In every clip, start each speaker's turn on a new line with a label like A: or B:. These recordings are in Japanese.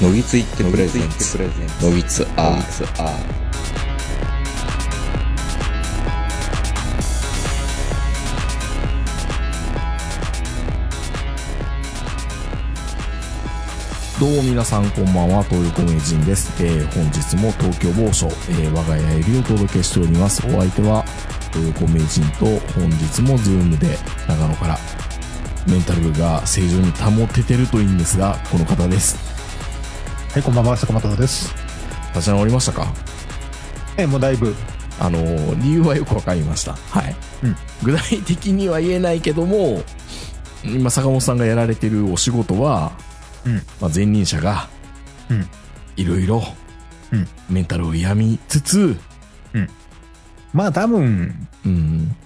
A: のぎついってプレゼンツのぎつアーツア
B: どうも皆さんこんばんは、東横名人です。えー本日も東京某所、えー我が家よりお届けしております。お相手は、東横名人と本日もズームで長野から、メンタルが正常に保ててるといいんですが、この方です。
C: はい、こんばんは、坂本です。
B: 立ち直りましたか
C: え、もうだいぶ、
B: あのー理由はよくわかりました。はい。
C: うん
B: 具体的には言えないけども、今坂本さんがやられてるお仕事は、
C: うん
B: まあ、前任者が、
C: うん
B: いろいろ、
C: うん
B: メンタルを病みつつ、
C: まあ多分、
B: うん、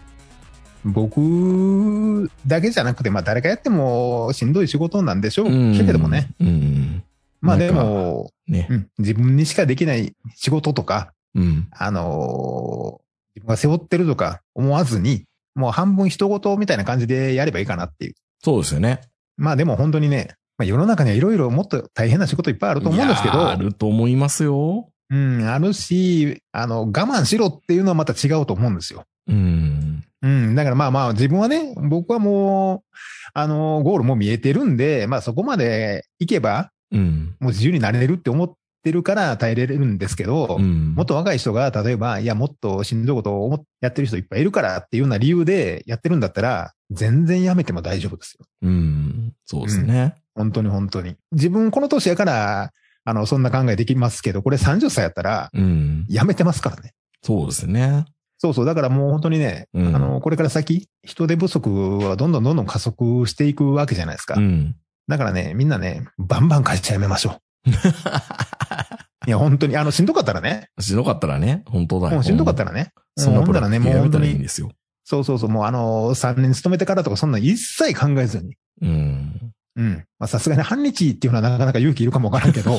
C: 僕だけじゃなくて、まあ誰がやってもしんどい仕事なんでしょうけれどもね。
B: うん。
C: まあで
B: なん
C: も、
B: ね
C: う。ん、自分にしかできない仕事とか、
B: うん。
C: あのー自分が背負ってるとか思わずに、もう半分人事みたいな感じでやればいいかなっていう。
B: そうですよね。
C: まあでも本当にね、まあ、世の中にはいろいろもっと大変な仕事いっぱいあると思うんですけ
B: いやーあ
C: ど、
B: ると思いますよ。
C: うん、あるし、あの、我慢しろっていうのはまた違うと思うんですよ。
B: うん。
C: うん、だからまあまあ自分はね、僕はもう、あの、ゴールも見えてるんで、まあそこまで行けば、
B: うん。
C: もう自由になれるって思ってるから耐えれるんですけど、
B: うん
C: もっと若い人が、例えば、いや、もっとしんどいことを思っやってる人いっぱいいるからっていうような理由でやってるんだったら、全然やめても大丈夫ですよ。
B: うん。そうですね。
C: 本当に本当に。自分この年やから、あの、そんな考えできますけど、これ30歳やったら、
B: うん。
C: やめてますからね。
B: そうですね。
C: そうそう。だからもう本当にね、
B: うん
C: あの、これから先、人手不足はどんどんどんどん加速していくわけじゃないですか。
B: うん。
C: だからね、みんなね、バンバン会社辞めましょ う。いや、本当に、あの、しんどかったらね、
B: しんどかったらね、本当だよ。
C: もうしんどかったらね、
B: そんな
C: もう
B: プ
C: ほん
B: ラ
C: な
B: ク
C: ら
B: ティ
C: ね、もう
B: やめ
C: 本
B: た
C: 当
B: らいいん
C: に、
B: ですよ。
C: そうそうそう、もうあの、3年勤めてからとか、そんな一切考えずに。
B: うん。
C: うん。まあ、さすがに半日っていうのはなかなか勇気いるかもわからんけ ど、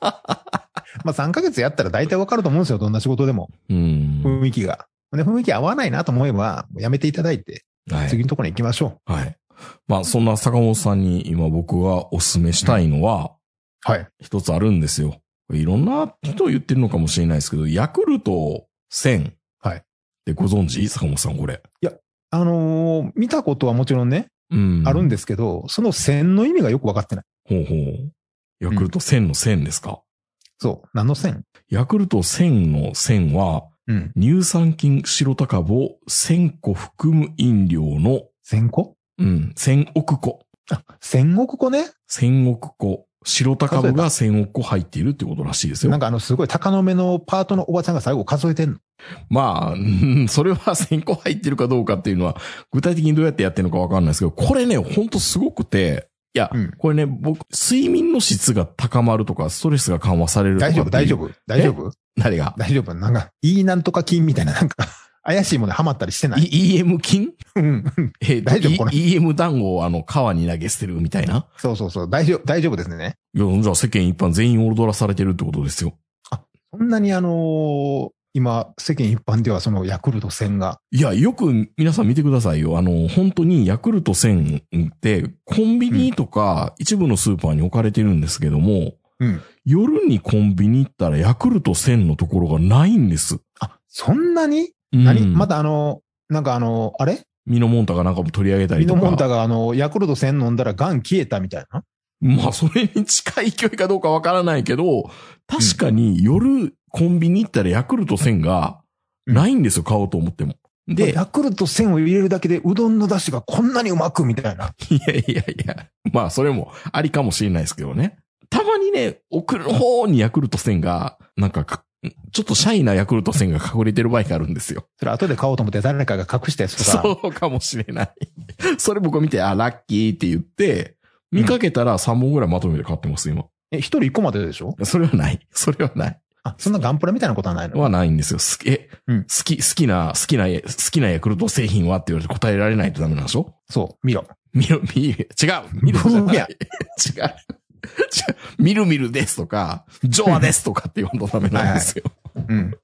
C: まあ、3ヶ月やったら大体わかると思うんですよ、どんな仕事でも。
B: うん。
C: 雰囲気が。で、雰囲気合わないなと思えば、やめていただいて、
B: はい。
C: 次のところに行きましょう。
B: はい。まあ、そんな坂本さんに今僕がお勧めしたいのは、
C: はい。
B: 一つあるんですよ。いろんな人言ってるのかもしれないですけど、ヤクルト1000。
C: はい。
B: で、ご存知坂本さんこれ。
C: あのー見たことはもちろんね、
B: うん。
C: あるん
B: で
C: ですけど、その線の意味がよく分かってない。
B: ほうほう。ヤクルト1000の1000ですか。
C: そう。何の線
B: ヤクルト1000の1000は、
C: うん。
B: 乳酸菌白タカボ1000個含む飲料の、
C: 千個
B: うん、1000億個。
C: あ、千億個ね。
B: 1000億個。白タカボが1000億個入っているってことらしいですよ。
C: なんかあの、すごい高の目のパートのおばちゃんが最後数えてんの。
B: まあうん、それは先行入ってるかどうかっていうのは、具体的にどうやってやってるのかわかんないですけど、これね、ほんとすごくて、いや、
C: うん
B: これね、僕、睡眠の質が高まるとか、ストレスが緩和されるとか
C: 大丈夫、大丈
B: 夫。
C: 夫、大丈夫、
B: 誰が
C: 大丈夫。なんか、いいなんとか金みたいな、なんか、 怪しいものハマったりし てない。
B: い ?EM 菌
C: うん。うん
B: えーと
C: 大丈夫これ
B: E- ?EM 団子をあの、川に投げ捨てるみたいな。
C: そうそうそう。大丈夫、大丈夫ですね。
B: いや、じゃあ世間一般全員オールドラされてるってことですよ。
C: そんなにあのー今、世間一般ではそのヤクルト線が。
B: いや、よく皆さん見てくださいよ。あの、本当にヤクルト1000って、コンビニとか一部のスーパーに置かれてるんですけども、
C: うん。
B: 夜にコンビニ行ったらヤクルト1000のところがないんです。
C: あ、そんなに何、またあのーなんかあのーあれ
B: ミノモンタがなんかも取り上げたり
C: ミ
B: と
C: ノ
B: か。
C: モンタがあの、ヤクルト1000飲んだらガン消えたみたいな。
B: まあ、それに近い勢いかどうかわからないけど、確かに夜コンビニ行ったらヤクルト1000がないんですよ、買おうと思っても。で、い
C: ヤクルト1000を入れるだけでうどんの出汁がこんなにうまくみたいな。
B: やいやいや、まあ、それもありかもしれないですけどね。たまにね、奥の方にヤクルト1000が、なんかか、ちょっとシャイなヤクルト1000が隠れてる場合があるんですよ。
C: それ後で買おうと思って誰かが隠したやつとか。
B: そうかもしれない。それ僕見て、あ、ラッキーって言って、見かけたら3本ぐらいまとめて買ってます、今。
C: え、一人一個まででしょ
B: それはない。それはない。
C: あ、そんなガンプラみたいなことはないの
B: はないんですよ。好き、え、
C: うん
B: 好き、好きな、好きな、好きなヤクルト製品はって言われて答えられないとダメなんでしょ
C: そう、見ろ。
B: みる、み、違うみるじ ゃ
C: ブー
B: な
C: ム
B: い違
C: や
B: う。違う。みるみるですとか、ジョアですとかって言わんとダメなんですよ。
C: うん。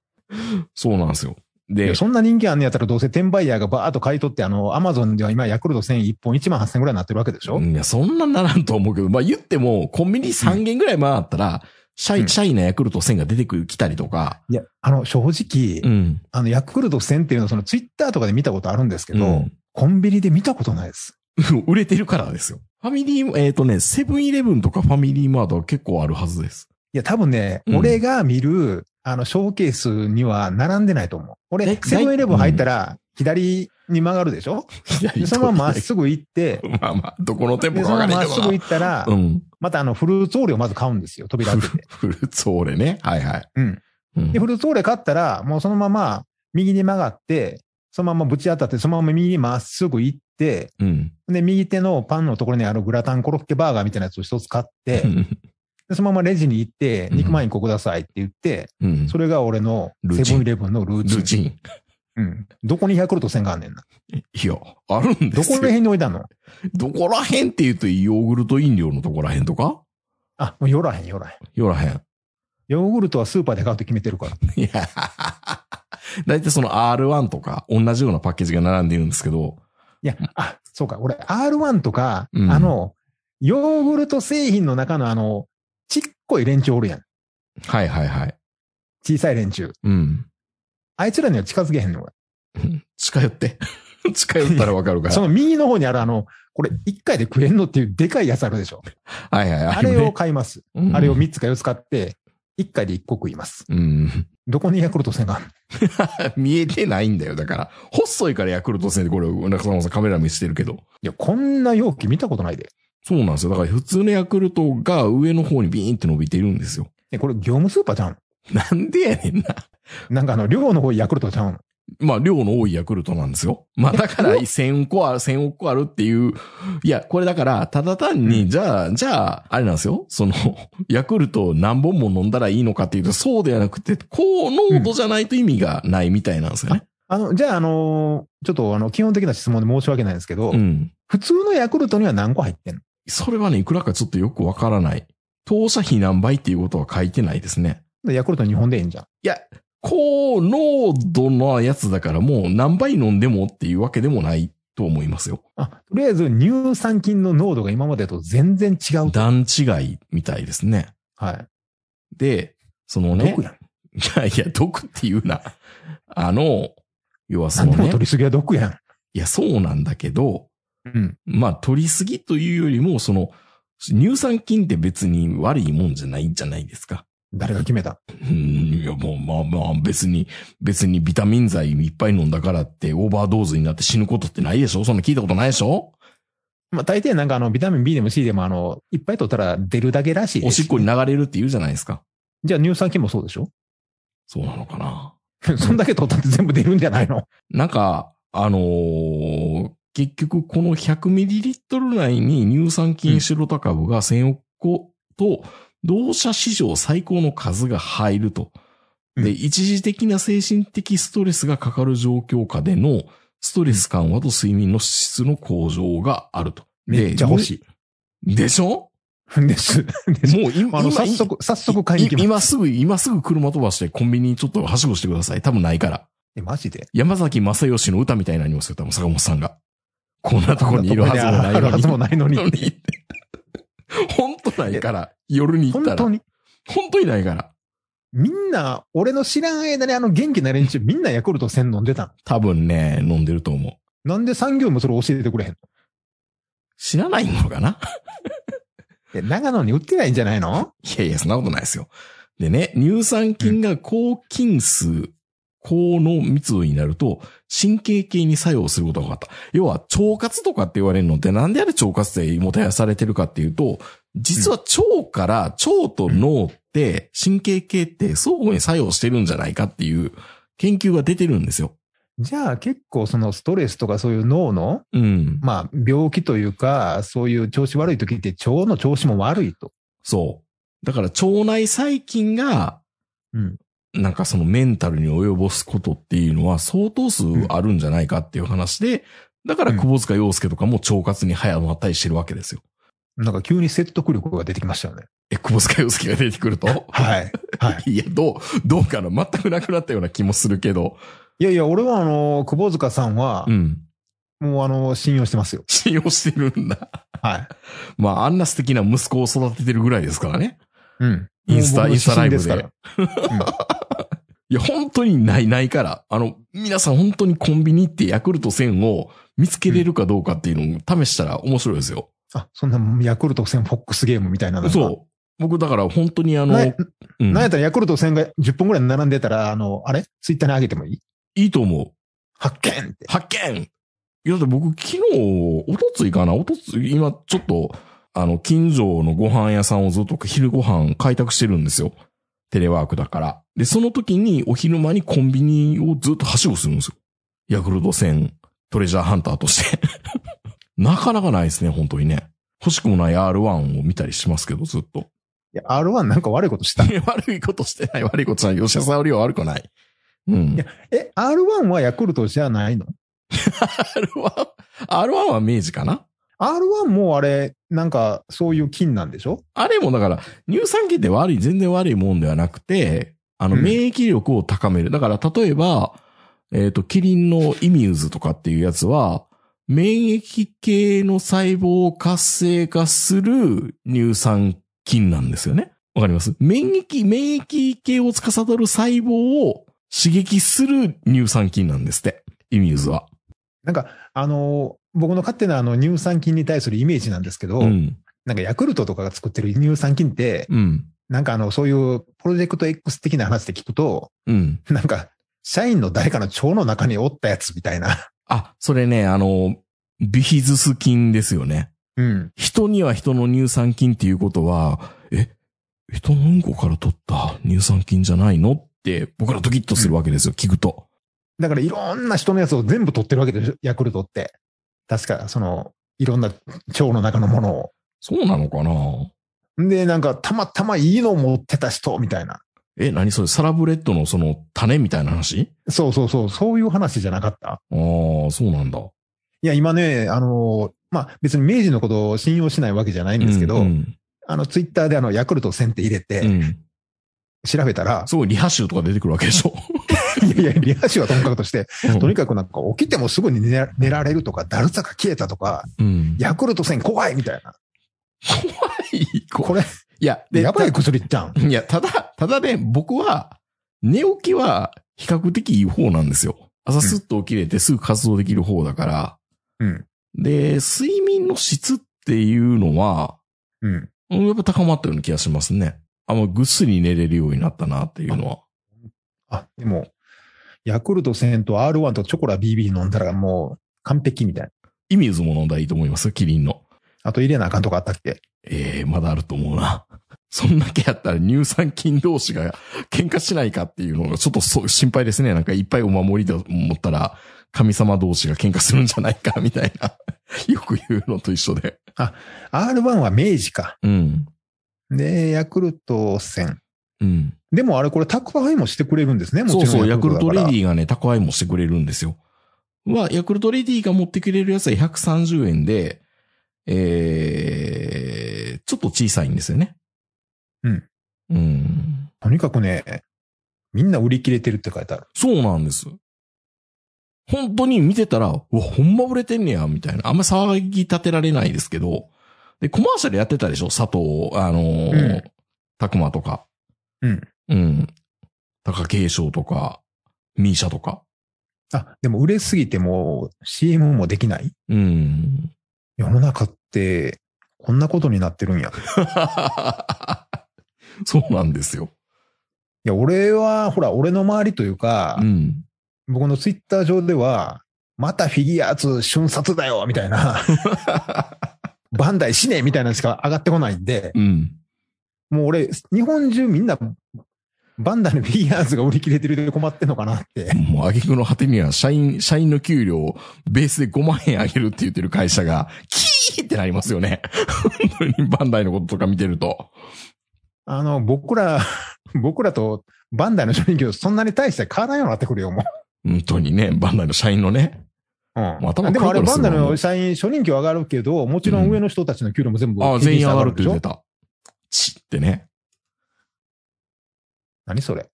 B: そうなんですよ。で、
C: そんな人気あんねやったらどうせ転売ヤーがバーっと買い取って、あの、アマゾンでは今ヤクルト1000 1本1万8000円ぐらいになってるわけでしょ
B: いや、そんなんならんと思うけど、まあ言っても、コンビニ3軒ぐらい回ったら、シャ
C: う
B: イ、
C: ん
B: シャイなヤクルト1000が出てくる、来たりとか、
C: いや、あの、正直、
B: うん。
C: あの、ヤクルト1000っていうのはそのツイッターとかで見たことあるんですけど、
B: うん
C: コンビニで見たことないです。
B: 売れてるからですよ。ファミリー、えっ、とね、セブンイレブンとかファミリーマートは結構あるはずです。
C: いや、多分ね、
B: うん
C: 俺が見る、あの、ショーケースには並んでないと思う。
B: だ
C: 俺、
B: い
C: セブンイレブン入ったら、左に曲がるでしょ でそのまままっすぐ行って、
B: ぐ。まあまあ、どこの店
C: で、
B: 舗
C: そ
B: か
C: のま
B: わからない
C: ままっ
B: け
C: す
B: ど
C: ぐ
B: な。
C: 行ったら
B: う、ん。
C: またあの、フルーツオーレをまず買うんですよ、扉開けて。
B: フルーツオーレね。はいはい。
C: うん。
B: うん
C: で、フルーツオーレ買ったら、もうそのまま右に曲がって、そのままぶち当たって、そのまま右にまっすぐ行って、
B: うん。
C: で、右手のパンのところにあるグラタンコロッケバーガーみたいなやつを一つ買って、でそのままレジに行って、
B: うん
C: 肉まん1個くださいって言って、
B: うん。
C: それが俺の
B: ルーチン
C: セブンイレブンのルー
B: ル
C: チン。
B: ーチン。
C: うん。どこにヤクルト1000があんねんな。
B: いや、ある んで
C: ど
B: す
C: こ
B: よ。
C: ら辺に置いたの
B: どこら辺って言うと、ヨーグルト飲料のとこら辺とか
C: あ、もう寄らへん寄らへん。
B: よらへん。
C: ヨーグルトはスーパーで買うって決めてるから。
B: いや、だいたいその R1 とか、同じようなパッケージが並んでいるんですけど、
C: いや、あ、そうか。俺、R1 とか、
B: うん
C: あの、ヨーグルト製品の中のあの、ちっこい連中おるやん。
B: はいはいはい。
C: 小さい連中。
B: うん。
C: あいつらには近づけへんの俺。
B: 近寄って。 近寄ったらわかるから。
C: その右の方にあるあの、これ1回で食えんのっていうでかいやつあるでしょ。
B: はいはい。
C: あれを、買います。
B: うん
C: あれを3つか4つ買って、1回で1個食います。
B: うん。
C: どこにヤクルト戦があんの
B: 見えてないんだよ。だから、細いからヤクルト戦でこれ、中澤さんカメラ見せてるけど。
C: いや、こんな容器見たことないで。
B: そうなんですよ。だから普通のヤクルトが上の方にビーンって伸びているんですよ。
C: え、これ業務スーパーじゃん。
B: なんでやねんな。
C: なんかあの、量の方ヤクルトちゃうの。
B: まあ、量の多いヤクルトなんですよ。 まあ、だから、1000個ある、1000億個あるっていう。いや、これだから、ただ単
C: う
B: に、じゃあ、じゃあ、あれなんですよ。その、 ヤクルト何本も飲んだらいいのかっていうと、そうではなくて、高濃度じゃないと意味がないみたいなんですよね。
C: あの、じゃあ、あのーちょっとあの、基本的な質問で申し訳ないんですけど、
B: うん。
C: 普通のヤクルトには何個入ってんの
B: それはね、いくらかちょっとよくわからない。当社費何倍っていうことは書いてないですね。
C: でヤクルト2本でいいんじゃん。
B: いや、高濃度のやつだからもう何倍飲んでもっていうわけでもないと思いますよ。
C: あ、とりあえず乳酸菌の濃度が今までと全然違う。
B: 段違いみたいですね。
C: はい。
B: で、そのね
C: 毒、やん。
B: いやいや、毒っていうな。あの、要はそ
C: 何
B: の
C: でも
B: ね
C: 取、りすぎは毒やん。
B: いや、そうなんだけど、
C: うん。
B: まあ、取りすぎというよりも、その、乳酸菌って別に悪いもんじゃないじゃないですか。
C: 誰が決めた
B: うん、いや、もう、まあまあ、別に、別にビタミン剤いっぱい飲んだからって、オーバードーズになって死ぬことってないでしょそんな聞いたことないでしょ
C: まあ、大抵なんかあの、ビタミン B でも C でもあの、いっぱい取ったら出るだけらしいで
B: お
C: す
B: しっこに流れるって言うじゃないですか。
C: じゃあ乳酸菌もそうでしょ
B: そうなのかな
C: そんだけ取ったって全部出るんじゃないの
B: なんか、あのー結局この 100ml 内に乳酸菌白タ株が1000億個と、同社史上最高の数が入ると。
C: うん
B: で、一時的な精神的ストレスがかかる状況下での、ストレス緩和と睡眠の質の向上があると。で
C: めっちゃ欲し
B: い。でしょ
C: い。です。です
B: もう今、
C: あの、
B: 今
C: 早速、早速買いに行きます。
B: 今すぐ、今すぐ車飛ばしてコンビニちょっとはしごしてください。多分ないから。
C: え、マジで
B: 山崎正義の歌みたいになりますよ、多分坂本さんが。こんなとこにいるはずもない
C: ある
B: の
C: は
B: に。
C: ずもないのに。
B: 本当に本当ないから、夜に行った
C: 本
B: ら
C: 当。に。
B: 本当にないから。
C: みんな、俺の知らん間にあの元気な連中、みんなヤクルト1000飲んでた
B: 多分ね、飲んでると思う。
C: の。なんで産業もそれ教えてくれへんの
B: 知らないのかな
C: え、長野に売ってないんじゃないの
B: いやいや、そんなことないですよ。でね、乳酸菌が抗菌数、高の密度になると、神経系に作用することが分かった。要は、腸活とかって言われるのって、なんであれ腸活でもたやされてるかっていうと、実は腸から、腸と脳って、神経系って相互に作用してるんじゃないかっていう研究が出てるんですよ。
C: じゃあ結構そのストレスとかそういう脳の、
B: うん。
C: まあ病気というか、そういう調子悪い時って腸の調子も悪いと。
B: そう。だから、腸内細菌が、
C: うん。
B: なんかそのメンタルに及ぼすことっていうのは相当数あるんじゃないかっていう話で、だから
C: うん
B: 窪塚洋介とかも腸活に早まったりしてるわけですよ。
C: なんか急に説得力が出てきましたよね。
B: え、窪塚洋介が 出てくると
C: はい。はい。
B: いや、どう、どうかな全くなくなったような気もするけど、
C: いやいや、俺はあの、窪塚さんは
B: う、ん。
C: もうあの、信用してますよ。
B: 信用してるんだ。
C: はい。
B: まあ、あんな素敵な息子を育ててるぐらいですからね。
C: うん。
B: インスタ
C: も
B: イ
C: う僕の
B: ンスタライブで
C: 指針すから。
B: いや、本当にない、ないから。あの、皆さん本当にコンビニ行ってヤクルト1000を見つけれるかどうかっていうのを試したら面白いですよ。
C: あ、そんなヤクルト戦フォックスゲームみたいなのが
B: そう。僕、だから本当にあの、
C: な
B: うん
C: なんやったらヤクルト戦が10本ぐらい並んでたら、あの、あれツイッターに上げてもいい
B: いいと思う。
C: 発見って。
B: 発見いや、だって僕昨日、おとついかなおとつい、今ちょっと、あの、近所のご飯屋さんをずっと昼ご飯開拓してるんですよ。テレワークだから。で、その時にお昼間にコンビニをずっとはしごするんですよ。ヤクルト戦、トレジャーハンターとして。 なかなかないですね、本当にね。欲しくもない R1 を見たりしますけど、ずっと。
C: いや、R1 なんか悪いことした。
B: いや悪いことしてない、悪いことしない。吉田沙織は悪くない。うん。
C: いやえ、R1 はヤクルトじゃないの
B: R1、R1 は明治かな
C: ?R1 もあれ、なんかそういう菌なんでしょ
B: あれもだから、乳酸菌って悪い、全然悪いもんではなくて、あの、
C: うん
B: 免疫力を高める。だから、例えば、えっ、と、キリンのイミューズとかっていうやつは、免疫系の細胞を活性化する乳酸菌なんですよね。わかります免疫、免疫系を司る細胞を刺激する乳酸菌なんですって。イミューズは。
C: なんか、あの、僕の勝手なあの乳酸菌に対するイメージなんですけど、
B: うん。
C: なんかヤクルトとかが作ってる乳酸菌って、
B: うん。
C: なんかあの、そういうプロジェクト X 的な話で聞くと、
B: うん。
C: なんか、社員の誰かの腸の中におったやつみたいな。
B: あ、それね、あの、ビヒズス菌ですよね。
C: うん。
B: 人には人の乳酸菌っていうことは、え、人のうんこから取った乳酸菌じゃないのって僕らドキッとするわけですよ、聞くと。
C: だからいろんな人のやつを全部取ってるわけでしょ、ヤクルトって。確か、その、いろんな腸の中のものを。
B: そうなのかなん
C: で、なんか、たまたまいいのを持ってた人、みたいな。
B: え、何それサラブレッドのその種みたいな話
C: そうそうそう、そういう話じゃなかった。
B: ああ、そうなんだ。
C: いや、今ね、あの、まあ、別に明治のことを信用しないわけじゃないんですけど、
B: うん。
C: あの、ツイッターであの、ヤクルト1000って入れ
B: う
C: て、
B: んうん
C: 調べた ら、
B: すごいリハ臭とか出てくるわけでしょ。
C: いやいや、リハーシルはともかくとして、
B: うん
C: とにかくなんか起きてもすぐに寝ら寝られるとか、だるさが消えたとか、
B: うん。
C: ヤクルト1000怖いみたいな。
B: 怖い。
C: こ
B: こ
C: れ、
B: いや、で
C: やばい薬じゃん。
B: いや、ただ、ただね、僕は、寝起きは比較的いい方なんですよ。朝スッと起きれてすぐ活動できる方だから。
C: うん。
B: で、睡眠の質っていうのは、
C: うん。
B: うんやっぱ高まったような気がしますね。あんまぐっすり寝れるようになったなっていうのは。
C: あ、でも、ヤクルト1000と R1 とチョコラ BB 飲んだらもう完璧みたいな。
B: イミューズも飲んだらいいと思いますよ、キリンの。
C: あと入れなあかんとかあったっけ
B: ええまだあると思うな。そんだけやったら乳酸菌同士が喧嘩しないかっていうのがちょっとそう心配ですね。なんかいっぱいお守りだと思ったら神様同士が喧嘩するんじゃないかみたいな。よく言うのと一緒で。
C: ?R1 は明治か。
B: うん。
C: で、ヤクルト1000。
B: うん。
C: でもあれこれ宅配もしてくれるんですね、もち
B: そ
C: ろ。
B: うんそう、ヤクルトレデ
C: だから
B: ィがね、宅配もしてくれるんですよ。は、ヤクルトレディが持ってくれるやつは130円で、えー、ちょっと小さいんですよね。
C: うん。
B: うん。
C: とにかくね、みんな売り切れてるって書いてある。
B: そうなんです。本当に見てたら、うわ、ほんま売れてんねや、みたいな。あんま騒ぎ立てられないですけど。で、コマーシャルやってたでしょ佐藤、あのー
C: うん
B: たくまとか。
C: うん。
B: うん。高景勝とか、ミーシャとか。
C: あ、でも売れすぎてもう CM もできない
B: うん。
C: 世の中って、こんなことになってるんや。い
B: そうなんですよ。
C: や、俺は、ほら、俺の周りというか
B: う、ん。
C: 僕のツイッター上では、またフィギュアーツ瞬殺だよみた いな、バンダイ死ねみたいなのしか上がってこないんで、
B: うん。
C: もう俺、日本中みんな、バンダイのフィギュアーツが売り切れてるで困ってんのかなって。
B: もう、挙句の果てには、社員、社員の給料をベースで5万円上げるって言ってる会社が、キーってなりますよね。本当にバンダイのこととか見てると。
C: あの、僕ら、僕らとバンダイの商品業、そんなに大して変わらんようになってくるよ、も
B: 本当にね、バンダイの社員のね。
C: う。
B: もう
C: う
B: 頭
C: ん、でもあれ、
B: くるくる
C: バ
B: す
C: ン
B: るも
C: ダ
B: ん
C: イ
B: ね
C: の社員、初任給上がるけど、もちろん上の人たちの給料も全部、
B: ああ、全員上がるって
C: でし
B: 言って
C: ょ
B: た。 チってね。
C: 何それ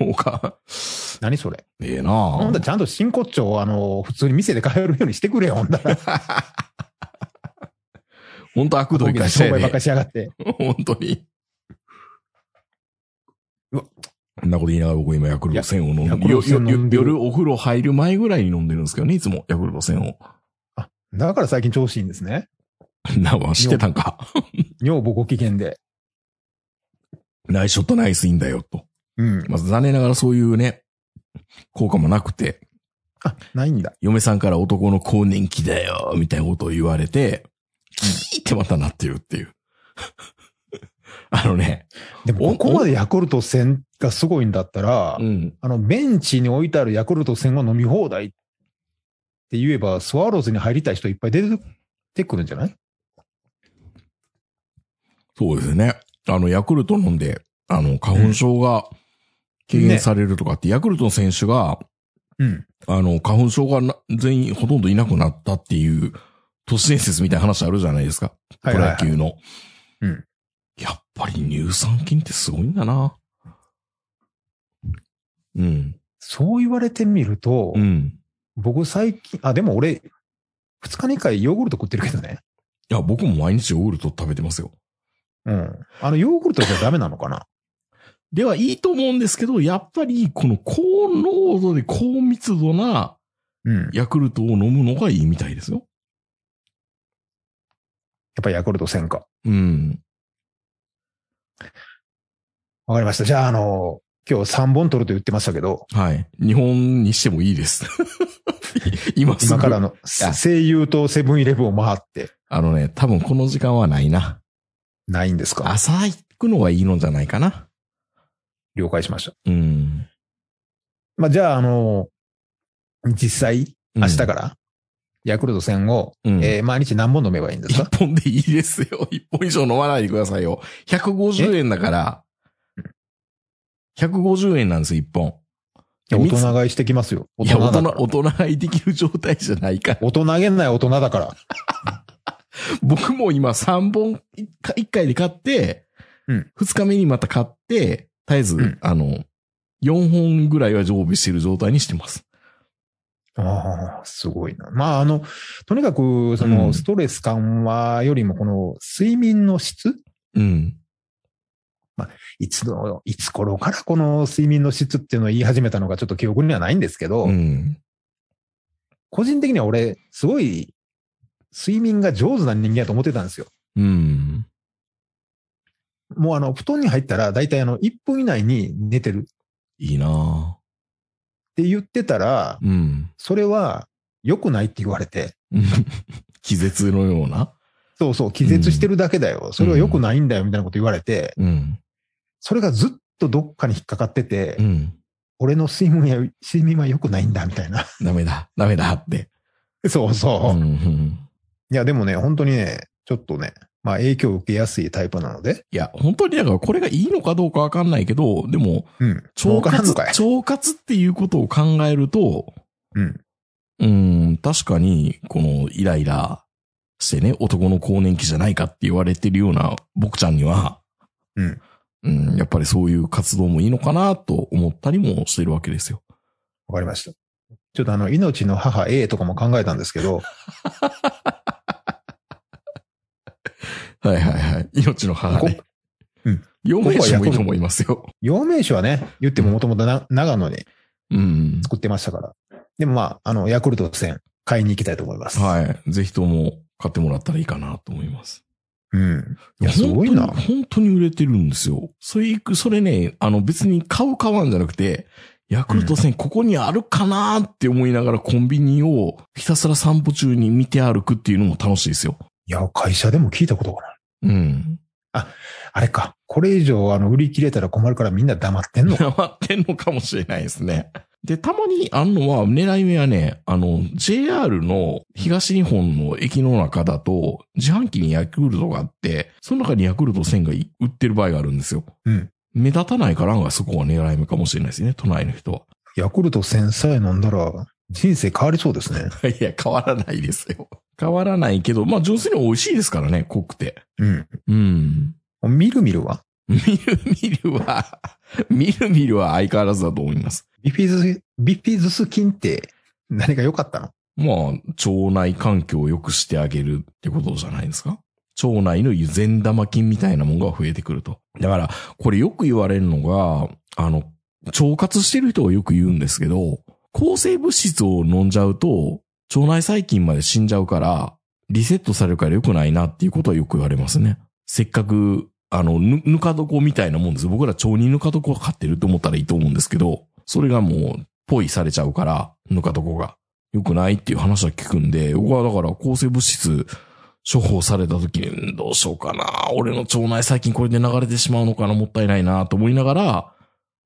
B: おか、
C: 何それ。
B: ええなあ
C: ほんだらちゃんと真骨頂を、あの、普通に店で買えるようにしてくれよ、ほんだら。
B: ほんと悪どい会社
C: 商
B: や
C: 売ばっか
B: で。
C: しやがって。
B: 本当に。
C: うわ
B: そんなこと言いながら僕今ヤクルト1000を飲んで
C: いやヤクル
B: よ
C: ト1000飲
B: よ
C: んでる
B: 夜お風呂入る前ぐらいに飲んでるんですけどね、いつもヤクルト1000を。
C: だから最近調子いいんですね。
B: なあ、知ってたんか。
C: 女房ご機嫌で。
B: ナイスショットナイスいいんだよ、と。
C: うん。
B: まあ、残念ながらそういうね、効果もなくて、
C: あ、ないんだ。
B: 嫁さんから男の更年期だよ、みたいなことを言われて、聞いてまたなってるっていう。 あのね、
C: でも、
B: お
C: ここまでヤクルト1000がすごいんだったら、
B: うん。
C: あの、ベンチに置いてあるヤクルト1000を飲み放題って言えば、スワローズに入りたい人いっぱい出てくるんじゃない
B: そうですね。あの、ヤクルト飲んで、あの、花粉症が軽減されるとかって、ヤクルトの選手が、
C: うん。
B: あの、花粉症がな全員ほとんどいなくなったっていう、都市伝説みたいな話あるじゃないですか。プ
C: はいはい
B: ロ
C: はい
B: 野球の。
C: うん
B: やっぱり乳酸菌ってすごいんだな。うん。
C: そう言われてみると、
B: うん。
C: 僕最近、あ、でも俺、二日に一回ヨーグルト食ってるけどね。
B: いや、僕も毎日ヨーグルト食べてますよ。
C: うん。あの、ヨーグルトじゃダメなのかな
B: ではいいと思うんですけど、やっぱり、この高濃度で高密度な
C: うん。や
B: ヤクルトを飲むのがいいみたいですよ。
C: っぱりヤクルト1000か。
B: うん。
C: わかりました。じゃあ、あの、今日3本取ると言ってましたけど、
B: はい。日本にしてもいいです。 今すぐ
C: 今からの
B: や
C: 声優とセブンイレブンを回って、
B: あのね、多分この時間はないな。
C: ないんですか
B: 朝行くのはいいのじゃないかな。
C: 了解しました。
B: うん。。
C: まあ、じゃあ、あの、実際、明日からら、ヤクルト1000を、
B: うん。
C: えー毎日何本飲めばいいんです
B: 一
C: か
B: 本でいいですよ。 一本以上飲まないでくださいよ。150円だから。150円なんですよ、一本。
C: いや大人買いしてきますよ。大
B: いや、
C: 人
B: 大
C: だから
B: 人、大人買いできる状態じゃないから。
C: 大人げない大人だから。
B: 僕も今3本1回一回で買って、
C: うん
B: 2日目にまた買って、絶えず、
C: うん
B: あの、4本ぐらいは常備してる状態にしてます。
C: ああ、すごいな。まあ、あの、とにかく、その、
B: うん
C: ストレス緩和よりも、この、睡眠の質
B: うん。
C: いつの、いつ頃からこの睡眠の質っていうのを言い始めたのか、ちょっと記憶にはないんですけど、
B: うん。
C: 個人的には俺、すごい、睡眠が上手な人間だと思ってたんですよ。
B: うん。
C: もう、あの、布団に入ったら、だいたいあの、1分以内に寝てるっ
B: いいな
C: て言ってたら、
B: ぁうん。
C: それは、良くないって言われて、
B: 気絶のような。
C: そうそう、気絶してるだけだよ。それは良くないんだよ、みたいなこと言われて、
B: うん。
C: それがずっとどっかに引っかかってて、
B: うん。
C: 俺の睡眠は、睡眠は良くないんだ、みたいな。
B: ダメだ。ダメだって。
C: そう
B: う
C: そう。
B: ん
C: い
B: うん。
C: や、でもね、本当にね、ちょっとね、まあ影響を受けやすいタイプなので、
B: いや、本当にだからこれがいいのかどうかわかんないけど、でも、
C: うん。儲
B: 腸
C: からん
B: 活、
C: のかい。
B: 腸活っていうことを考えると、
C: うん。
B: うん、確かに、このイライラしてね、男の更年期じゃないかって言われてるような僕ちゃんには、
C: うん。
B: うん、やっぱりそういう活動もいいのかなと思ったりもしてるわけですよ。
C: わかりました。ちょっとあの、命の母 A とかも考えたんですけど、
B: はいはいはい。命の母ね
C: こ。うん。
B: 4名詞もいいと思いますよ。
C: 陽明酒はね、言ってももともと長野に
B: うん。
C: 作ってましたから。でもまあ、あの、ヤクルト1000買いに行きたいと思います。い。
B: はい。ぜひとも買ってもらったらいいかなと思います。
C: うん。いや、すごいな
B: 本当。に本当に売れてるんですよ。それ、それね、あの別に買う買わんじゃなくて、ヤクルト戦ここにあるかなって思いながらコンビニをひたすら散歩中に見て歩くっていうのも楽しいですよ。
C: いや、会社でも聞いたことがない。
B: うん。
C: あれか。これ以上、あの、売り切れたら困るからみんな黙っ てんのか。
B: 溜まってんのかもしれないですね。で、たまにあんのは、狙い目はね、あの、JR の東日本の駅の中だと、自販機にヤクルトがあって、その中にヤクルト1000がい売ってる場合があるんですよ。
C: うん。
B: 目立たないからがそこは狙い目かもしれないですね、都内の人は。
C: ヤクルト1000さえ飲んだら、人生変わりそうですね。
B: いや、変わらないですよ。変わらないけど、まあ、純粋に美味しいですからね、濃くて。
C: うん。
B: うん。
C: みるみるは
B: 見る見るは、みるみるは相変わらずだと思います。
C: ビフィズ、ビフィズス菌って何か良かったの
B: まあ、腸内環境を良くしてあげるってことじゃないですか腸内の湯善玉菌みたいなものが増えてくると。だから、これよく言われるのが、あの、腸活してる人はよく言うんですけど、抗生物質を飲んじゃうと、腸内細菌まで死んじゃうから、リセットされるから良くないなっていうことはよく言われますね。せっかく、あの、ぬ、ぬか床みたいなもんです。僕ら腸にぬか床を買ってると思ったらいいと思うんですけど、それがもう、ポイされちゃうから、ぬか床が。良くないっていう話は聞くんで、僕はだから抗生物質処方された時に、うんどうしようかな。俺の腸内最近これで流れてしまうのかな。もったいないなと思いながら、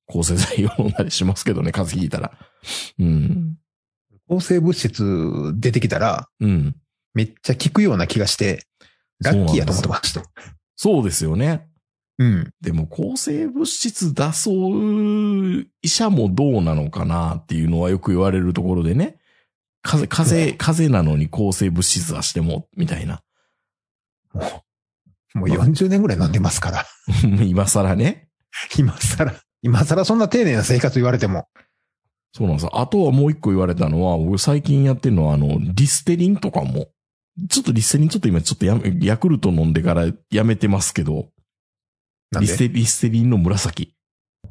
B: 抗生剤を飲んだりしますけどね、風邪ひいたら。うん。
C: 抗生物質出てきたら、
B: うん。
C: めっちゃ効くような気がして、ラッキーやと思ってました。
B: そうですよね。
C: うん。
B: でも抗生物質出そう医者もどうなのかなっていうのはよく言われるところでね。風邪、風邪、風邪なのに抗生物質出しても、みたいな。
C: もう40年ぐらい飲んでますから。
B: 今更ね。
C: 今更、今更そんな丁寧な生活言われても。
B: そうなんですよあとはもう一個言われたのは、僕最近やってるのは、あの、リステリンとかも。ちょっとリステリンちょっと今ちょっとやめ、ヤクルト飲んでからやめてますけど、
C: なん
B: リス
C: で
B: テリリステリンの紫。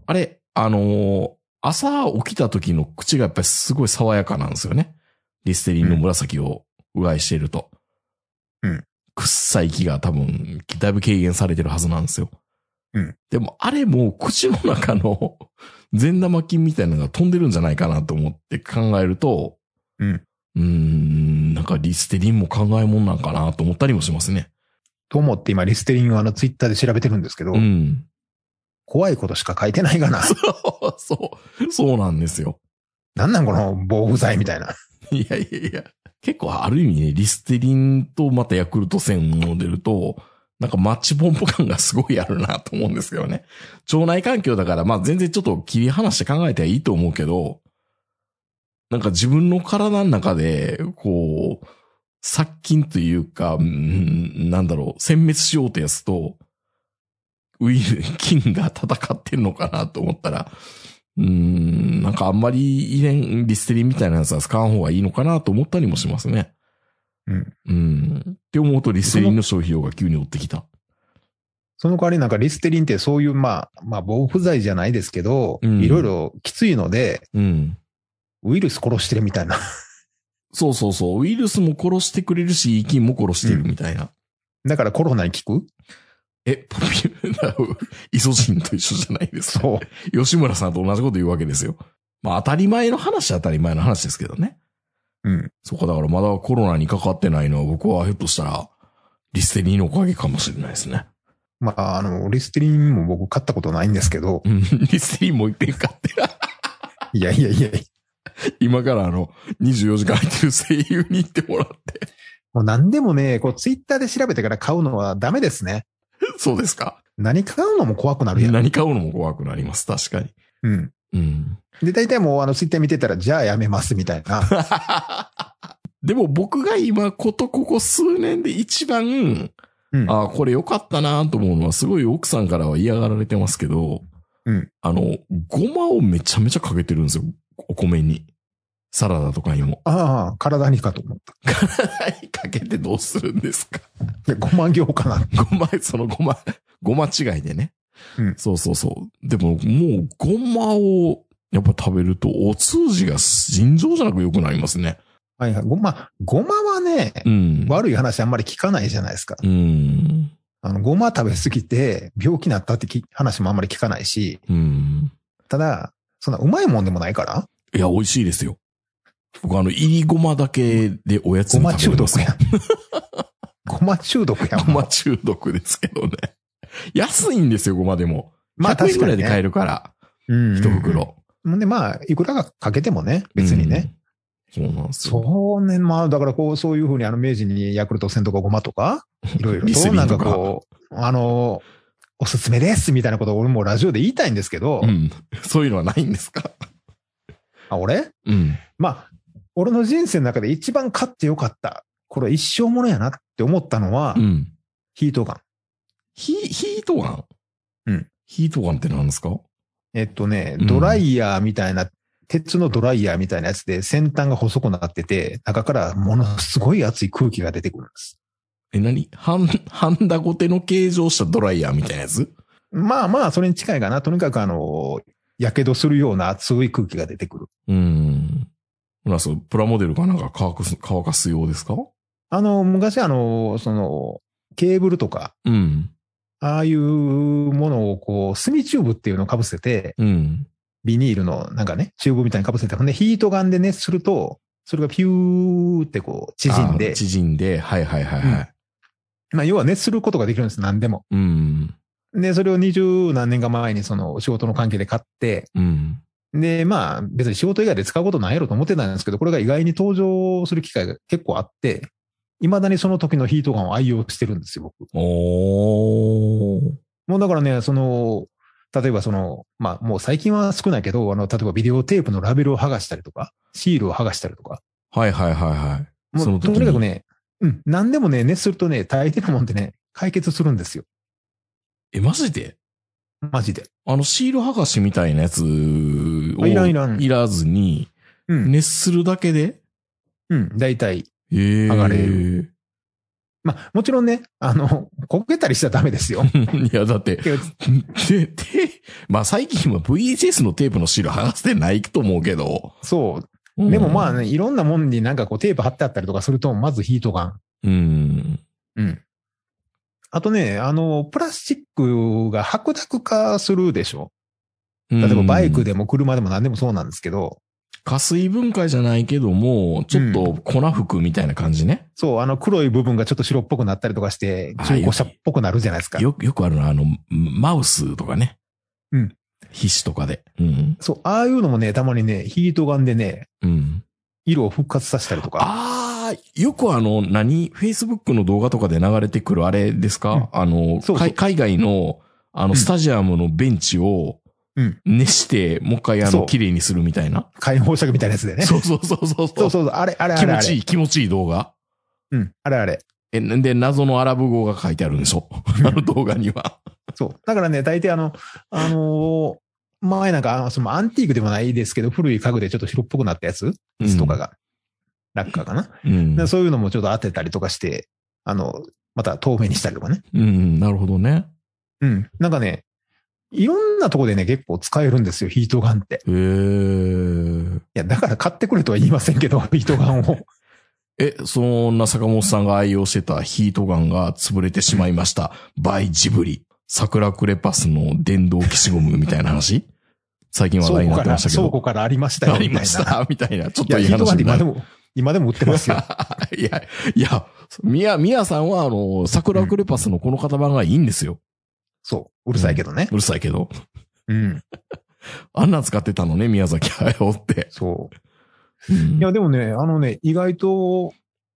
B: あれ、あのー朝起きた時の口がやっぱりすごい爽やかなんですよね。リステリンの紫をうがいしていると。
C: うん。
B: 臭い気が多分、だいぶ軽減されてるはずなんですよ。
C: うん。
B: でも、あれも口の中の 善玉菌みたいなのが飛んでるんじゃないかなと思って考えると、
C: うん。
B: うーん、なんかリステリンも考えもんなんかなと思ったりもしますね。
C: と思って今リステリンをあのツイッターで調べてるんですけど、
B: うん。
C: 怖いことしか書いてないがな。
B: そう、そうなんですよ。
C: なんなんこの防腐剤みたいな。
B: いやいやいや。結構ある意味ね、リステリンとまたヤクルト1000飲んでると、なんかマッチポンプ感がすごいあるなと思うんですけどね。腸内環境だから、まあ全然ちょっと切り離して考えてはいいと思うけど、なんか自分の体の中で、こう、殺菌というか、うんなんだろう、殲滅しようってやつと、ウイル、菌が戦ってんのかなと思ったら、うーん、なんかあんまり遺伝、リステリンみたいなやつは使わん方がいいのかなと思ったりもしますね。
C: うん。
B: うん。って思うとリステリンの消費量が急に追ってきた。
C: その代わりなんかリステリンってそういうまあ、まあ防腐剤じゃないですけど、
B: うん
C: いろいろきついので、
B: うん。
C: ウイルス殺してるみたいな。
B: そうそうそう。ウイルスも殺してくれるし、菌も殺してるみたいな。
C: だからコロナに効く
B: え、ポピュラー、 イソジンと一緒じゃないですか。
C: そう。
B: 吉村さんと同じこと言うわけですよ。まあ当たり前の話は当たり前の話ですけどね。
C: うん。
B: そうか、だからまだコロナにかかってないのは僕はひょっとしたら、リステリンのおかげかもしれないですね。
C: まあ、あの、リステリンも僕買ったことないんですけど、
B: うん、リステリンもう一遍買って。
C: いやいやいや、
B: 今からあの、24時間空いてる声優に行ってもらって。
C: もう何でもね、こうツイッターで調べてから買うのはダメですね。
B: そうですか
C: 何買うのも怖くなるやん。
B: 何買うのも怖くなります。確かに。
C: うん。
B: うん。
C: で、大体もうあのツイッター見てたら、じゃあやめますみたい な。
B: でも僕が今ことここ数年で一番、
C: うん。
B: ああ、これ良かったなと思うのは、すごい奥さんからは嫌がられてますけど、
C: うん
B: あの、ごまをめちゃめちゃかけてるんですよ。お米に。サラダとかにも。
C: ああ、体にかと思った。
B: はい かけてどうするんですか
C: いや、5万行かな。
B: ごま、そのごま、 ごま違いでね。
C: うん
B: そうそうそう。でも、もう、ごまを、やっぱ食べると、お通じが尋常じゃなく良くなりますね。
C: はいはい。ごま、ごまはね、
B: うん。
C: 悪い話あんまり聞かないじゃないですか。
B: うん。
C: あの、ごま食べ過ぎて病気になったってき話もあんまり聞かないし、
B: うん。
C: ただ、そんなうまいもんでもないから、
B: いや、美味しいですよ。僕、あの、入りごまだけでおやつ
C: ご
B: に
C: ま
B: 食
C: 中
B: べてます
C: 毒やん。 ごま中毒やん。
B: ごま中毒ですけどね。安いんですよ、ごまでも。
C: まあ
B: 100円ぐらいで
C: 確かにね
B: 買えるから、
C: うん
B: 一袋。
C: ほんで、まあ、いくらかかけてもね、別に
B: う
C: ね。
B: ん。そうなんですよ。
C: そうね、まあ、だからこう、そういうふうにあの、明治にヤクルト1000とかごまとか、いろいろ
B: リス
C: と、
B: リン
C: なん
B: と
C: か
B: か
C: こう、あの、おすすめですみたいなことを俺もラジオで言いたいんですけど、
B: うん。そういうのはないんですか
C: あ、俺
B: うん。
C: まあ、俺の人生の中で一番買ってよかった。これ一生ものやなって思ったのは、
B: うん。
C: ヒートガン。
B: ヒ、ヒートガン
C: うん。
B: ヒートガンって何ですか
C: えっとね、
B: うん
C: ドライヤーみたいな、鉄のドライヤーみたいなやつで先端が細くなってて、中からものすごい熱い空気が出てくるんです。
B: え、何ハン、ハンダゴテの形状したドライヤーみたいなやつ
C: まあまあ、それに近いかな。とにかくあの、やけどするような熱い空気が出てくる。
B: うん。な、そう、プラモデルかなんか乾かす、乾かすようですか
C: あの、昔あの、その、ケーブルとか、
B: うん。
C: ああいうものをこう、炭チューブっていうのを被せて、
B: うん。
C: ビニールのなんかね、チューブみたいに被せて、ほんでヒートガンで熱すると、それがピューってこう、縮ん
B: あ
C: で、
B: 縮んで、はいはいはいはい。
C: まあ要は熱することができるんです、何でも。
B: うん。
C: で、それを二十何年か前にその仕事の関係で買って、
B: うん。
C: で、まあ別に仕事以外で使うことないやろと思ってたんですけど、これが意外に登場する機会が結構あって、未だにその時のヒートガンを愛用してるんですよ、僕。
B: おー。
C: もうだからね、その、例えばその、まあもう最近は少ないけど、あの、例えばビデオテープのラベルを剥がしたりとか、シールを剥がしたりとか、
B: はいはいはいはい。
C: も
B: その
C: う
B: 時に
C: とにかくね、うん、何でもね、熱するとね、大抵のもんってね、解決するんですよ。
B: え、マジで
C: マジで。
B: あの、シール剥がしみたいなやつを、
C: あいらんいらん
B: いらずに、
C: うん
B: 熱するだけで、
C: うん、大体。
B: えー、
C: 剥がれる。まあ、もちろんね、あの、こけたりしちゃダメですよ。
B: いや、だって、
C: けど
B: で、で、まあ最近は VHS のテープのシール剥がせてないと思うけど。
C: そう。でもまあ
B: ね。
C: ね、いろんなもんになんかこうテープ貼ってあったりとかすると、まずヒートガン。
B: うん。
C: うん。あとね、あの、プラスチックが白濁化するでしょ。
B: 例
C: 例えばバイク
B: で。
C: でも車でも何でもそうなんですけど、
B: 加水分解じゃないけども、ちょっと粉服みたいな感じね。
C: そう、あの黒い部分がちょっと白っぽくなったりとかして、
B: あ
C: 中古車っぽくなるじゃないですか。
B: よく、よくあるのは、あの、マウスとかね。
C: うん。
B: 皮脂とかで。うん。
C: そう、ああいうのもね、たまにね、ヒートガンでね、
B: うん。
C: 色を復活させたりとか。
B: ああ、よくあの、何 ?Facebook の動画とかで流れてくるあれですか、あの
C: そうそう
B: 海、海外の、あ
C: う
B: の、
C: ん
B: スタジアムのベンチを
C: うん、
B: 熱して、もう一回あ
C: そ
B: の、
C: う
B: 綺麗にするみたいな。
C: 解放射みたいなやつでね。
B: そうそうそうそう。
C: そうそうそう、あれ、あれ、あ
B: 気
C: れ、
B: 持
C: あ
B: ちい
C: れ。
B: い、気持ちいい動画。
C: うん、あれ、あれ。
B: え、んで、謎のアラブ語が書いてあるんでしょあの動画には。
C: そう。だからね、大抵あの、あのー前なんか、あのそのアンティークでもないですけど、古い家具でちょっと白っぽくなったやつとかが、ラッカーかな、
B: うん。
C: でそういうのもちょっと当てたりとかして、あの、また透明にしたりとかね。
B: うん、なるほどね。
C: うん。なんかね、いろんなとこでね、結構使えるんですよ、ヒートガンって。
B: へー
C: いや、だから買ってくれとは言いませんけど、 ヒートガンを。
B: え、そんな坂本さんが愛用してたヒートガンが潰れてしまいました。バイジブリ。桜クレパスの電動消しゴムみたいな話 最近話題
C: 倉
B: にな
C: 庫か
B: って
C: ら、
B: ましたけ
C: 倉
B: ど。
C: 庫からありましたよ、
B: あり
C: みたいな。
B: ました。みたいな。ちょっ
C: いや、
B: といい
C: ヒートガ
B: 話
C: ンって
B: にな
C: 今で
B: る。
C: も、今でも売ってま すよ。
B: いや、いや、みや、みやさんは、あの、桜クレパスのこの型番がいいんですよ。
C: そう。うるさいけどね
B: う。るさいけど。
C: うん。
B: あんなん使ってたのね、宮崎駿って。
C: そう。
B: うん
C: いや、でもね、あのね、意外と、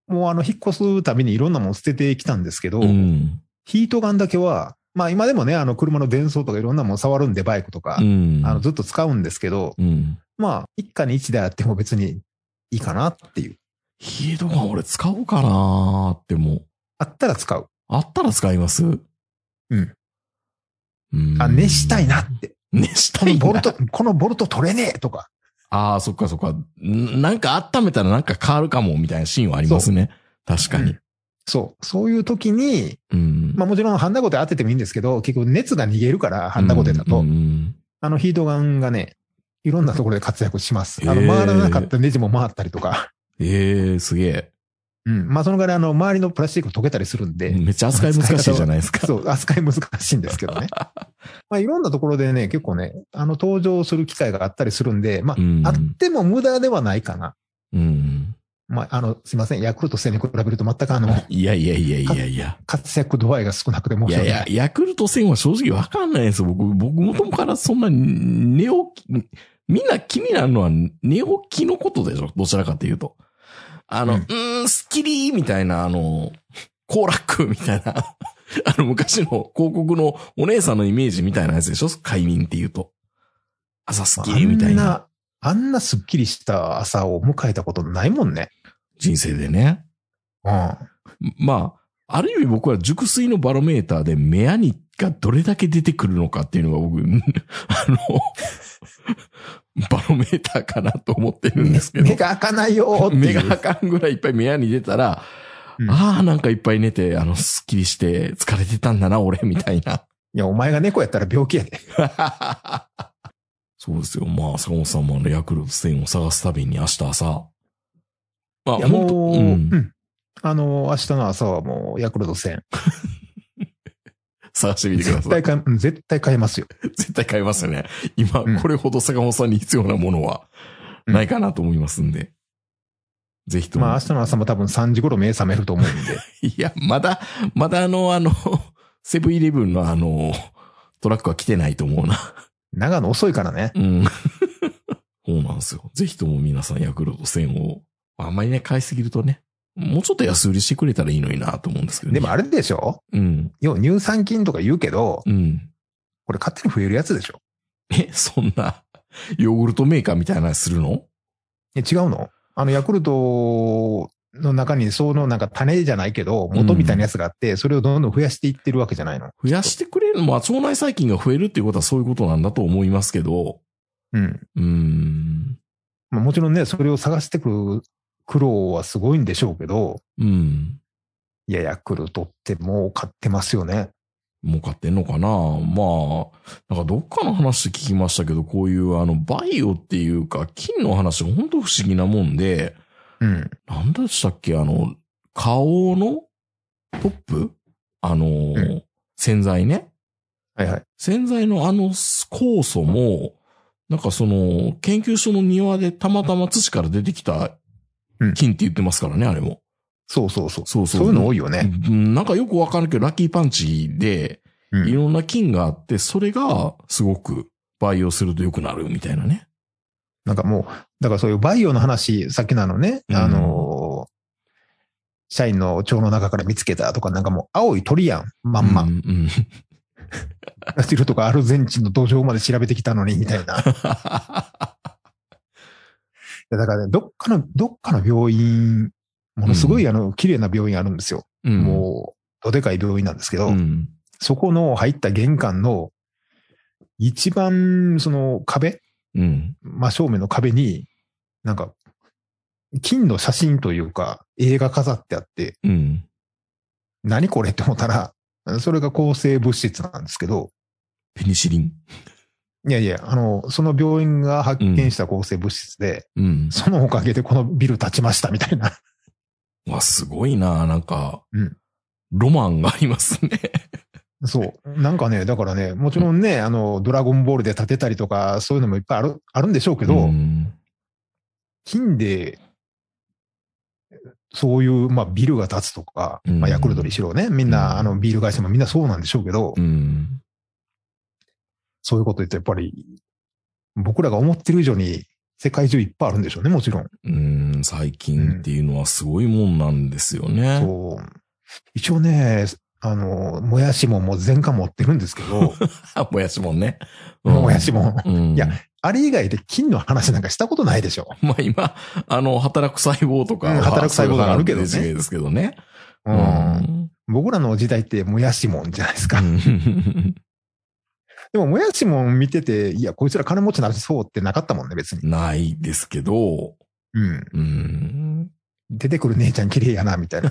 C: もうあの、引っ越すたびにいろんなもの捨ててきたんですけど、
B: うん。
C: ヒートガンだけは、まあ今でもね、あの、車の伝送とかいろんなもの触るんで、バイクとか
B: う、ん。
C: あの、ずっと使うんですけど、
B: うん。
C: まあ、一家に一台あっても別にいいかなっていう。
B: ヒートガン俺使おうかなーってもう。
C: あったら使う。
B: あったら使いますうん。
C: あ、熱したい。なって。
B: 熱し
C: こ
B: たいな。
C: のボルト、このボルト取れねえとか。
B: ああ、そっかそっか。んなんか温めたらなんか変わるかもみたいなシーンはありますね。確かに。
C: そう。そういう時に、
B: うん。
C: まあもちろんハンダゴテ当ててもいいんですけど、結局熱が逃げるから、ハンダゴテだと。
B: うんうん
C: あのヒートガンがね、いろんなところで活躍します。あの、
B: へえ
C: 回らなかったネジも回ったりとか。
B: ええすげえ。
C: うん。まあ、その代わり、あの、周りのプラスチック溶けたりするんで、
B: めっちゃ扱い難しいじゃないですか。
C: そう、扱い難しいんですけど ね。まあ、いろんなところでね、結構ね、あの、登場する機会があったりするんで、まあ、
B: うん
C: あっても無駄ではないかな。
B: うん。
C: まあ、あの、すいません、ヤクルト戦に比べると全くあの、
B: いやいやいやいやいや。
C: 活躍度合いが少なくて申
B: い
C: し
B: やい
C: 訳な
B: や、
C: い。
B: ヤクルト戦は正直わかんないですよ。僕、僕元からそんな寝起き、みんな気になるのは寝起きのことでしょどちらかというと。あの、う
C: うん
B: ーん、スッキリみたいな、あの、コーラックみたいな、 あの、昔の広告のお姉さんのイメージみたいなやつでしょ快眠っていうと。朝スッキリみたい
C: あん
B: な
C: な、あんなすっきりした朝を迎えたことないもんね。
B: 人生でね。
C: うん。
B: まある意味僕は熟睡のバロメーターで目やにがどれだけ出てくるのかっていうのが僕、 あの、バロメーターかなと思ってるんですけど。
C: 目が開かないよーっていう
B: 目があかんぐらいいっぱい目やに出たら、
C: うん
B: ああ、なんかいっぱい寝て、あの、スッキリして疲れてたんだな、俺、みたいな。
C: いや、お前が猫やったら病気やで。
B: そうですよ。まあ、坂本さんもあの、ヤクルト1000を探すたびに明日朝。まあ、
C: いや、
B: 本当
C: もう、
B: う、
C: うんん。あの、明日の朝はもう、ヤクルト1000。
B: 探してみてくだ
C: 絶
B: さ
C: 対
B: い。
C: 買い、うん絶対買いますよ。
B: 絶対買いますよね。今
C: うん、
B: これほど坂本さんに必要なものは、
C: うん
B: ないかなと思いますんで。ぜひとも。
C: まあ、明日の朝も多分3時頃目覚めると思うんで。
B: いや、まだ、まだあの、あの、 セブンイレブンのあの、トラックは来てないと思うな。
C: 長野遅いからね。
B: うん。そうなんですよ。ぜひとも皆さんヤクルト1000を、あんまりね、買いすぎるとね、もうちょっと安売りしてくれたらいいのになと思うんですけどね。
C: でもあれでしょ
B: うん。
C: 要は乳酸菌とか言うけど、
B: うん。
C: これ勝手に増えるやつでしょ
B: え、そんな、ヨーグルトメーカーみたいなのするの
C: え、違うのあの、ヤクルトの中に、そのなんか種じゃないけど、元みたいなやつがあって、それをどんどん増やしていってるわけじゃないの。
B: 増やしてくれるのまあ、腸内細菌が増えるっていうことはそういうことなんだと思いますけど、
C: うん。
B: うーん。
C: まあ、もちろんね、それを探してくる苦労はすごいんでしょうけど、
B: うん。
C: いや、ヤクルトってもう買ってますよね。
B: 儲かってんのかなまあ、なんかどっかの話聞きましたけど、こういうあの、バイオっていうか、菌の話が本当不思議なもんで、
C: うん。
B: なんでしたっけあの、顔のトップあのー、
C: うん
B: 洗剤ね。
C: はいはい。
B: 洗剤のあの酵素も、なんかその、研究所の庭でたまたま土から出てきた
C: うん
B: 菌って言ってますからね、あれも。
C: そうそうそう。
B: そうそう。
C: そういうの多いよね。
B: うんなんかよくわかんないけど、ラッキーパンチで、
C: うん
B: いろんな菌があって、それがすごく培養すると良くなるみたいなね。
C: なんかもう、だからそういうバイオの話、さっきのあのね、
B: うん
C: あのー社員の腸の中から見つけたとか、なんかもう青い鳥やん、まんま。
B: うんうん。
C: ブラジルとかアルゼンチンの土壌まで調べてきたのに、みたい な。いやだからね、どっかの、どっかの病院、ものすごいあの、綺麗な病院あるんですよ。
B: うん
C: もう、どでかい病院なんですけど、
B: うん。
C: そこの入った玄関の、一番、その壁、
B: うん。
C: 真正面の壁に、なんか、金の写真というか、映画飾ってあって、
B: うん。
C: 何これって思ったら、それが抗生物質なんですけど、
B: ペニシリン。
C: いやいや、あの、その病院が発見した抗生物質で、
B: うん。
C: そのおかげでこのビル建ちましたみた いな。
B: わ、すごいななんか、
C: うん
B: ロマンがありますね。
C: そう。なんかね、だからね、もちろんね、あの、ドラゴンボールで建てたりとか、そういうのもいっぱいある、あるんでしょうけど、
B: ん
C: 金で、そういう、まあ、ビルが建つとか、
B: うん
C: まあ、ヤクルトにしろね、み
B: う
C: ん
B: ん
C: な、あの、ビール会社もみんなそうなんでしょうけど、
B: うん。
C: そういうこと言って、やっぱり、僕らが思ってる以上に、世界中いっぱいあるんでしょうね、もちろん。
B: うん、最近っていうのはすごいもんなんですよね。
C: そう。一応ね、あの、もやしももう全科持ってるんですけど、
B: あもやしもんね。 うん
C: もやしも。
B: うん。
C: いやあれ以外で金の話なんかしたことないでしょ。
B: まあ今、あの、働く細胞とか
C: うん
B: は、
C: 働く細胞とかあるけどね
B: そういう話ですけどね。
C: うん。僕らの時代ってもやしもんじゃないですか。
B: うん
C: でももやしもん見てて、いや、こいつら金持ちになりそうってなかったもんね、別に。
B: ないですけど、
C: うん。
B: うん。
C: 出てくる姉ちゃん綺麗やな、みたい な。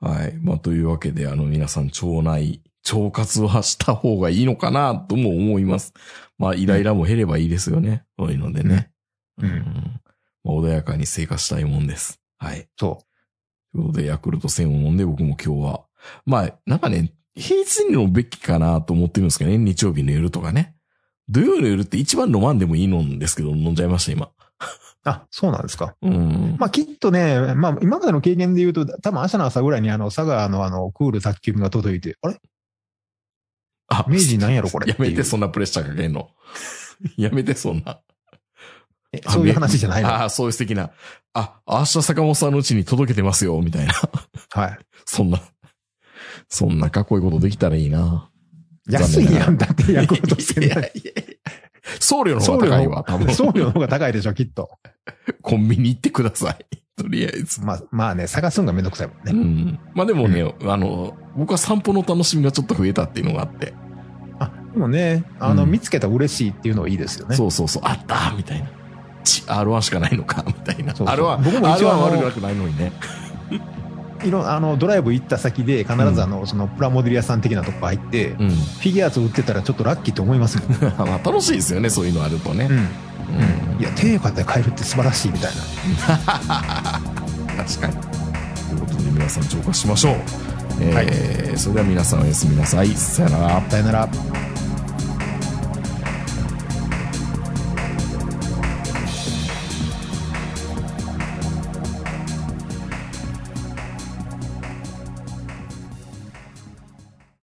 B: はい。まあ、というわけで、あの、皆さん、腸内、腸活はした方がいいのかな、とも思います。まあ、イライラも減ればいいですよね。そういうのでね。
C: うん
B: まあ、穏やかに生活したいもんです。はい。
C: そ
B: ということで、ヤクルト1000を飲んで、僕も今日は。まあ、なんかね、平日に飲むべきかなと思ってるんですけどね。日曜日の夜とかね。土曜の夜って一番飲まんでもいいのんですけど、飲んじゃいました、今。
C: う。あ、そうなんですか。
B: うん。
C: まあ、きっとね、まあ、今までの経験で言うと、多分明日の朝ぐらいに、あの、佐賀のあの、クール宅急便が届いて、あれ
B: あ
C: 明治なんやろ、これ。
B: やめ
C: ってい
B: て、
C: う
B: そんなプレッシャーかけん の。やめて、そんな。
C: えそういう話じゃないの。は
B: ああ、そういう素敵な。あ、明日坂本さんのうちに届けてますよ、みたいな。
C: い。
B: そんな、そんなかっこいいことできたらいいな。
C: 安いやんだって、ヤクルト
B: いやい
C: 1000
B: やいや送料の方が高いわ、多分。
C: 送料の方が高いでしょ、きっと。
B: コンビニ行ってください。 とりあえず。
C: まあ、まあね、探すのがめんどくさいもん
B: う
C: ね。
B: ん。まあでもね、あの、僕は散歩の楽しみがちょっと増えたっていうのがあって、
C: あ、でもね、あの、
B: うん
C: 見つけたら嬉しいっていうのはいいですよね。
B: そうそうそう、あったーみたいな。ち、R1 しかないのか みたいな。
C: そうそう
B: R1、
C: 僕も
B: R1
C: 一応あの
B: 悪くないのにね。
C: いろんあの、ドライブ行った先で必ずあの、そのプラモデル屋さん的なとこ入って、フ
B: うん。
C: ィギュアーツ売ってたらちょっとラッキーと思いますもん。う
B: まあ楽しいですよね、そういうのあるとね。
C: ん。
B: うん
C: いや、テーマで買えるって素晴らしいみたいな。
B: 確かに。ということで皆さん浄化しましょう。えー
C: はい
B: それでは皆さんおやすみなさい。さよなら。
C: さよなら。